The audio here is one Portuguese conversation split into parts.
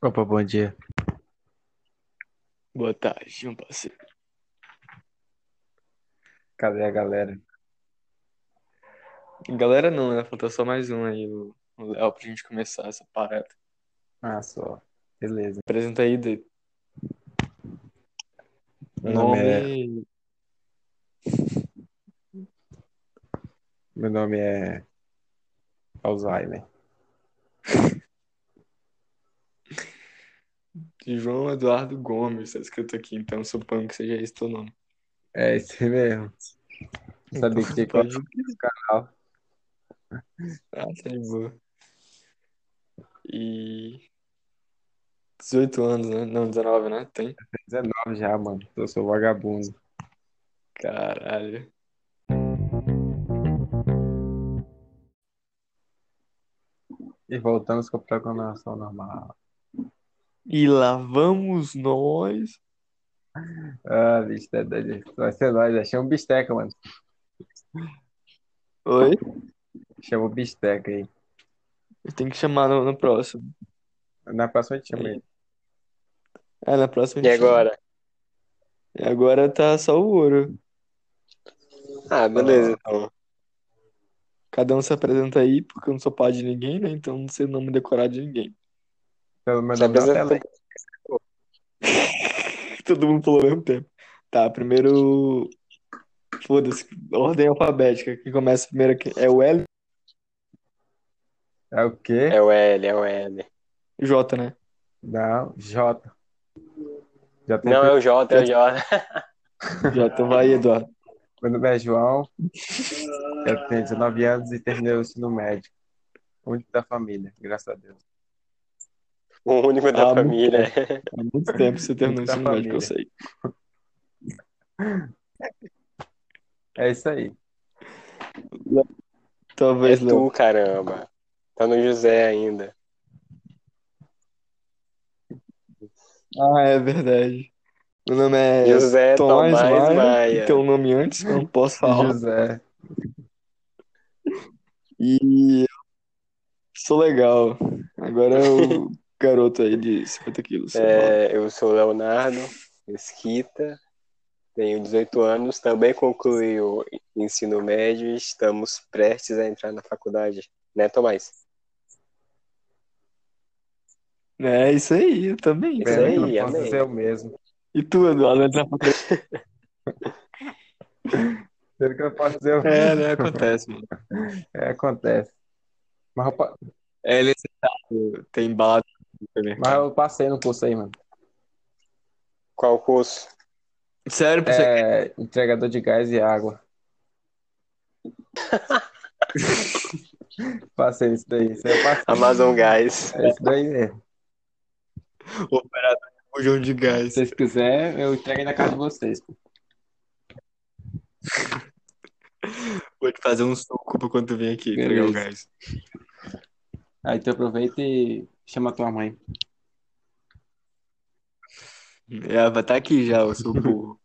Opa, bom dia. Boa tarde, meu parceiro. Cadê a galera? Galera, não, né? Faltou só mais um aí, o o Léo, pra gente começar essa parada. Ah, só. Beleza. Apresenta aí, Dê. Meu nome é, Nome. meu nome é Alzheimer. João Eduardo Gomes, tá escrito aqui, então suponho que seja esse teu nome. É esse mesmo. Então, Sabia que tinha que Pode. canal. Ah, tá de boa. E. 18 anos, né? Não, 19, né? Tem. ter 19 já, mano. Eu sou vagabundo. Caralho. E voltamos com a programação normal. E lá vamos nós. Ah, bicho, é doido. vai ser nóis. né? Chama o Bisteca, mano. Oi? Chama o Bisteca aí. Eu tenho que chamar no, no próximo. Na próxima a gente chama ele. É, na próxima a E gente chama. agora? E agora tá só o ouro. Ah, beleza, então. Cada um se apresenta aí, porque eu não sou pai de ninguém, né? Então não sei o nome decorado de ninguém. Pelo menos Se apresenta. Todo mundo falou ao mesmo tempo. Tá, primeiro. Foda-se, ordem alfabética. Quem começa primeiro aqui é o L É o quê? É o L, é o L. e o J, né? Não, J. Já tem Não, é o J, é o J. J, então vai, Eduardo. Meu nome é João. Eu tenho 19 anos e terminei o ensino médio. Único da família, graças a Deus. O único da Ah, muito família. Há muito tempo você terminou Muita esse médio que eu família. sei. É isso aí. É Talvez, Léo. tu, caramba. Tá no José ainda. Ah, é verdade. Meu nome é José Tomás Tomás Maia, Maia. que é o nome antes, não posso falar. José. E eu sou legal. Agora é o garoto aí de 50 quilos. É, eu sou Leonardo Mesquita, tenho 18 anos, também concluí o ensino médio e estamos prestes a entrar na faculdade, né, Tomás? É isso aí, eu também. Isso Pena aí, que não posso amém. ser eu mesmo. E tu, Eduardo, entra na faculdade. Pena que eu não posso ser eu É, né? Acontece, mano. É, acontece. Mas eu, pa- É necessário ter embalado no mas supermercado. eu passei no curso aí, mano. Qual curso? Sério, pra você. É, entregador de gás e água. Passei isso daí. Isso, aí eu passei. Amazon Gás. É isso daí mesmo. Operador de bujão Um de gás. Se vocês quiserem, eu entrego aí na casa de vocês. pô. Vou te fazer um suco pra quando tu vem aqui Beleza. entregar o gás. Aí tu aproveita e chama a tua mãe. É, vai estar aqui já, o seu burro.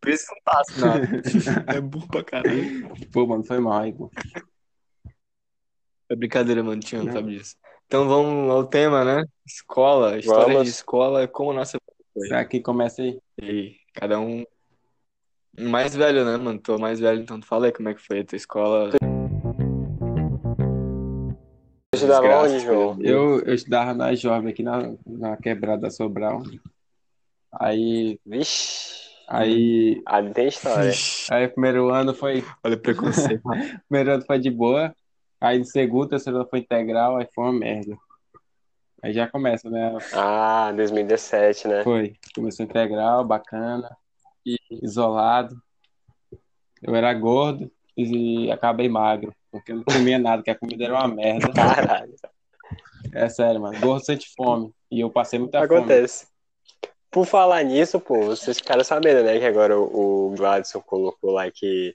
Por isso que não passa, não. É burro pra caralho. Pô, mano, foi mal aí, pô. É brincadeira, mano. Tinha, não sabe disso. Então vamos ao tema, né? Escola, história Vamos. de escola, como a nossa. Será que começa aí? E cada um mais velho, né, mano? Tô mais velho, então tu fala aí como é que foi a tua escola. Você estudava Desgraça, onde, João? filho. Eu, eu estudava na Jovem aqui na, na quebrada Sobral. Aí, Vixe, aí, ali tem história. Vixe, aí primeiro ano foi Olha o preconceito. Primeiro ano foi de boa, aí no segundo, terceiro ano foi integral, aí foi uma merda. Aí já começa, né? Ah, 2017, né? Foi. Começou integral, bacana, e isolado. Eu era gordo e acabei magro, porque eu não comia nada, porque a comida era uma merda. Caralho, É sério, mano. Gordo sente fome. E eu passei muita fome. acontece. Por falar nisso, pô, vocês ficaram sabendo, né, que agora o o Gladson colocou lá que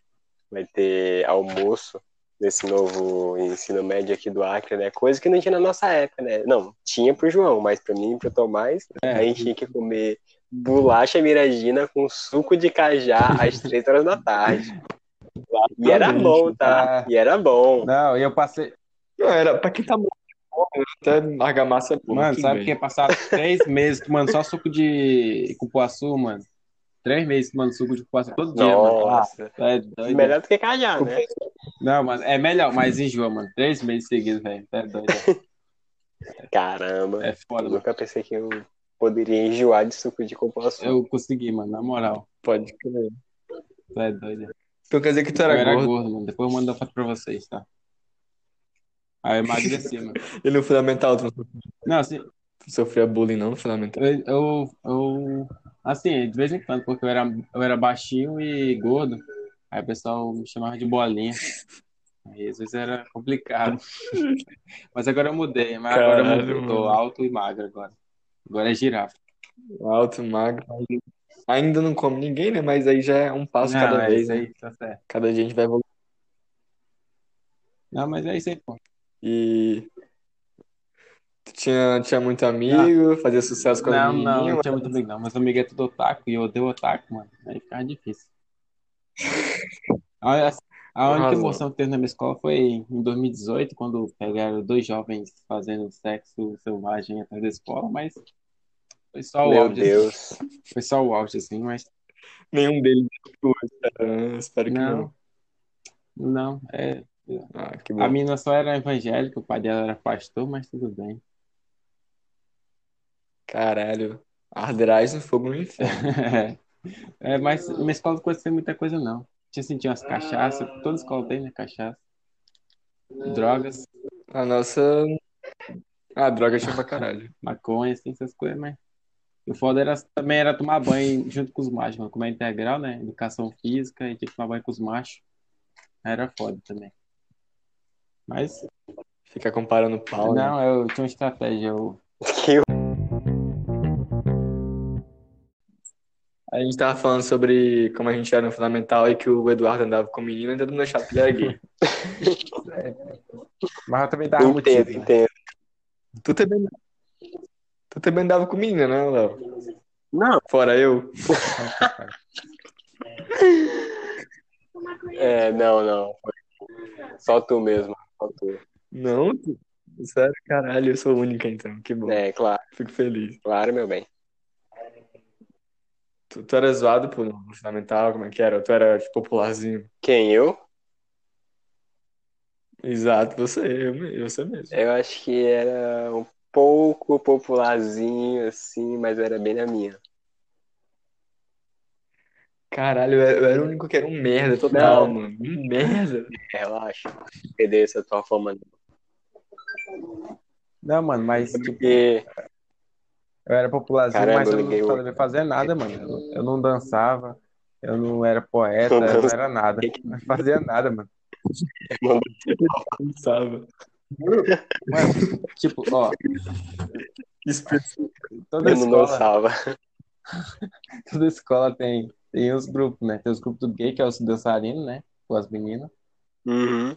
vai ter almoço nesse novo ensino médio aqui do Acre, né? Coisa que não tinha na nossa época, né? Não, tinha pro João, mas pra mim e pro Tomás, É. a gente tinha que comer bolacha miragina com suco de cajá às três horas da tarde. E era bom, tá? E era bom. Não, e eu passei. Não, era pra quem tá morto, Até argamassa é boa, Mano, tudo sabe bem. que passaram três meses tomando só suco de cupuaçu, mano? Três meses tomando suco de cupuaçu todo dia, mano. Nossa. Ah, é doido. Melhor do que cajá, né? Não, mano, é melhor, mas enjoa, mano. Três meses seguidos, velho. É doido. Caramba. É foda, Eu mano. nunca pensei que eu poderia enjoar de suco de cupuaçu. Eu consegui, mano, na moral. Pode crer. Tu é doido. Então quer dizer que tu Eu era era gordo. gordo, mano. Depois eu mando a foto pra vocês, tá? Aí eu emagreci, mano. E no fundamental tu não Não, assim, sofria bullying, não, no fundamental. eu, eu, eu- Assim, de vez em quando, porque eu era, eu era baixinho e gordo. Aí o pessoal me chamava de bolinha. Aí às vezes era complicado. Mas agora eu mudei. Mas agora eu Caralho, mudei. Eu mano. Tô alto e magro agora. Agora é girafa. Alto, magro. Ainda não come ninguém, né? Mas aí já é um passo Não, cada é vez, isso né? aí, tá certo. Cada dia a gente vai evoluindo. Não, mas é isso aí, pô. E tu tinha, tinha muito amigo, fazia sucesso com as Ah. Não, não, menininhas. não tinha muito amigo, não. Mas o amigo é tudo otaku e eu odeio otaku, mano. Aí ficava difícil. A, a única razão. emoção que teve na minha escola foi em 2018, quando pegaram dois jovens fazendo sexo selvagem atrás da escola, mas foi só o Meu auge, assim. Deus. Foi só o auge, assim, mas Nenhum deles ficou, espero, espero que não. não. Não, é. Ah, que A bom. menina só era evangélica, o pai dela era pastor, mas tudo bem. Caralho. Arderás no fogo no inferno. É, mas minha escola não conhecia muita coisa, não. Tinha sentido umas cachaças, toda escola tem, né? Cachaça. Drogas, A nossa. Ah, droga tinha pra caralho. maconha, assim, essas coisas, mas. O foda era, também era tomar banho junto com os machos, mano. Como é integral, né? Educação física, e tinha que tomar banho com os machos. Era foda também. Mas, Ficar comparando pau, né? não, eu tinha uma estratégia. Eu... A gente tava falando sobre como a gente era no fundamental e que o Eduardo andava com menina e todo mundo achava que ele era gay. Mas eu também dava Entendo, motivo, né? entendo. Tu também. Tu também andava com menina, né, Léo? Não. Fora eu. É, não, não. Só tu mesmo. Só tu. Não, tu- sério, caralho, eu sou única então, que bom. É, claro, Fico feliz. claro, meu bem. Tu, tu era zoado por no fundamental, como é que era? Ou Tu era tipo, popularzinho. Quem eu? Exato, você, eu, me- você mesmo. Eu acho que era um pouco popularzinho, assim, mas era bem na minha. Caralho, eu, era- eu era o único que era um merda total, Não. mano. Um merda. Relaxa. Perder essa tua fama. né? não. Não, mano, mas tipo, Porque eu era popularzinho, Caramba, mas eu liguei não o- sabia fazer nada, mano. Eu- Eu não dançava, eu não era poeta, eu não era nada. Eu não fazia nada, mano. Pensava. Mano, tipo, ó, toda eu não escola, dançava. toda escola tem, tem os grupos, né? Tem os grupos do gay, que é os dançarinos, né? Com as meninas. Uhum.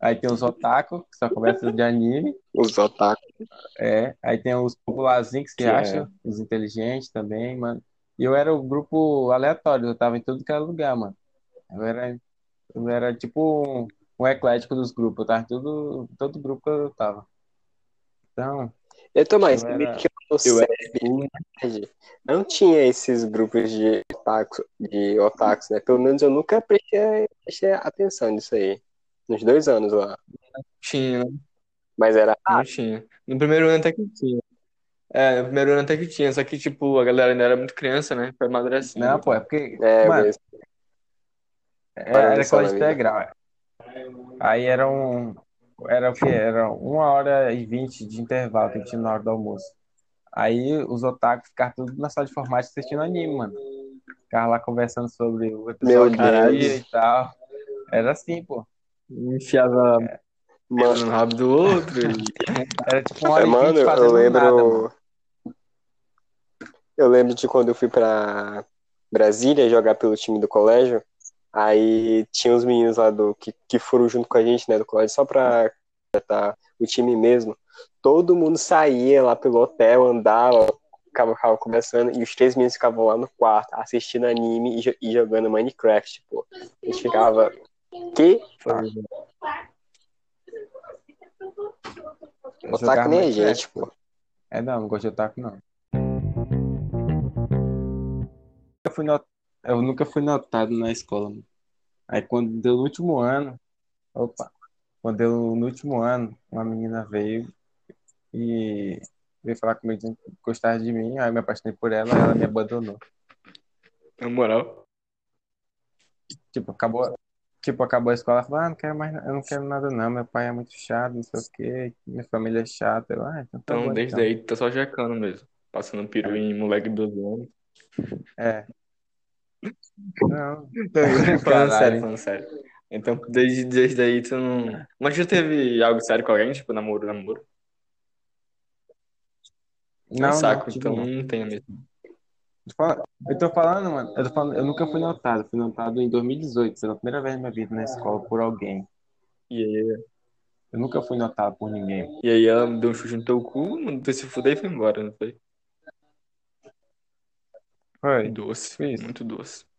Aí tem os otaku, que só conversa de anime. Os otaku. É. Aí tem os popularzinhos que se Que é. acham, os inteligentes também, mano. E eu era o grupo aleatório, eu tava em todo que era lugar, mano. Eu era, eu era tipo um, um eclético dos grupos, eu tava em todo, todo grupo que eu tava. Então, Eu tô mais, Eu sabe era- que eu não sei. Eu era né? verdade, não tinha esses grupos de otakus, de otakus, né? Pelo menos eu nunca prestei, prestei atenção nisso aí. Nos dois anos lá. tinha, Mas era. Ah. não tinha. No primeiro ano até que tinha. É, no primeiro ano até que tinha, só que, tipo, a galera ainda era muito criança, né? Foi amadurecendo. não, pô, é porque, É, mano, mas É, Para era dançar colégio na vida. integral. é. Aí era um. Era o quê? Era uma hora e vinte de intervalo que tinha na hora do almoço. Aí os otakus ficavam tudo na sala de informática assistindo anime, mano. Ficavam lá conversando sobre o episódio Meu do Deus. dia e tal. Era assim, pô. Um Enfiava mano, no rabo do outro. e- Era tipo uma hora e É, mano, vinte eu fazendo lembro. nada, mano. Eu lembro de quando eu fui pra Brasília jogar pelo time do colégio. Aí tinha os meninos lá do que, que foram junto com a gente, né, do colégio, só pra completar o time mesmo. Todo mundo saía lá pelo hotel, andava, ficava, ficava conversando, e os três meninos ficavam lá no quarto, assistindo anime e, jo- e jogando Minecraft, pô. A gente ficava. Que? Foi. Otaku nem a gente, pô. É, não, não gosto de otaku, não. Eu, fui not... eu nunca fui notado na escola, mano. Aí quando deu no último ano, opa, quando deu no último ano, uma menina veio e veio falar comigo dizendo que gostava de mim, aí eu me apaixonei por ela, ela me abandonou. Na moral. Tipo, acabou, tipo, acabou a escola, ela falou, ah, não quero mais, eu não quero nada não, meu pai é muito chato, não sei o quê, minha família é chata, eu, ah, então tá Então, bom, desde então. aí, tu tá só jacando mesmo. Passando peru em moleque bebendo. É. Não, Falando sério, Caralho. falando sério. Então, desde, desde aí, tu não... Mas já teve algo sério com alguém? Tipo, namoro, namoro? não, Saco, não, tipo, então não. não tem mesmo. Tô falando- Eu tô falando, mano, eu tô falando, eu nunca fui notado, fui notado em 2018, pela primeira vez na minha vida na escola por alguém. É. E aí, Eu nunca fui notado por ninguém. e aí ela deu um chute no teu cu, mandou se fuder e foi embora, não foi? Foi. Doce, Foi isso. muito doce.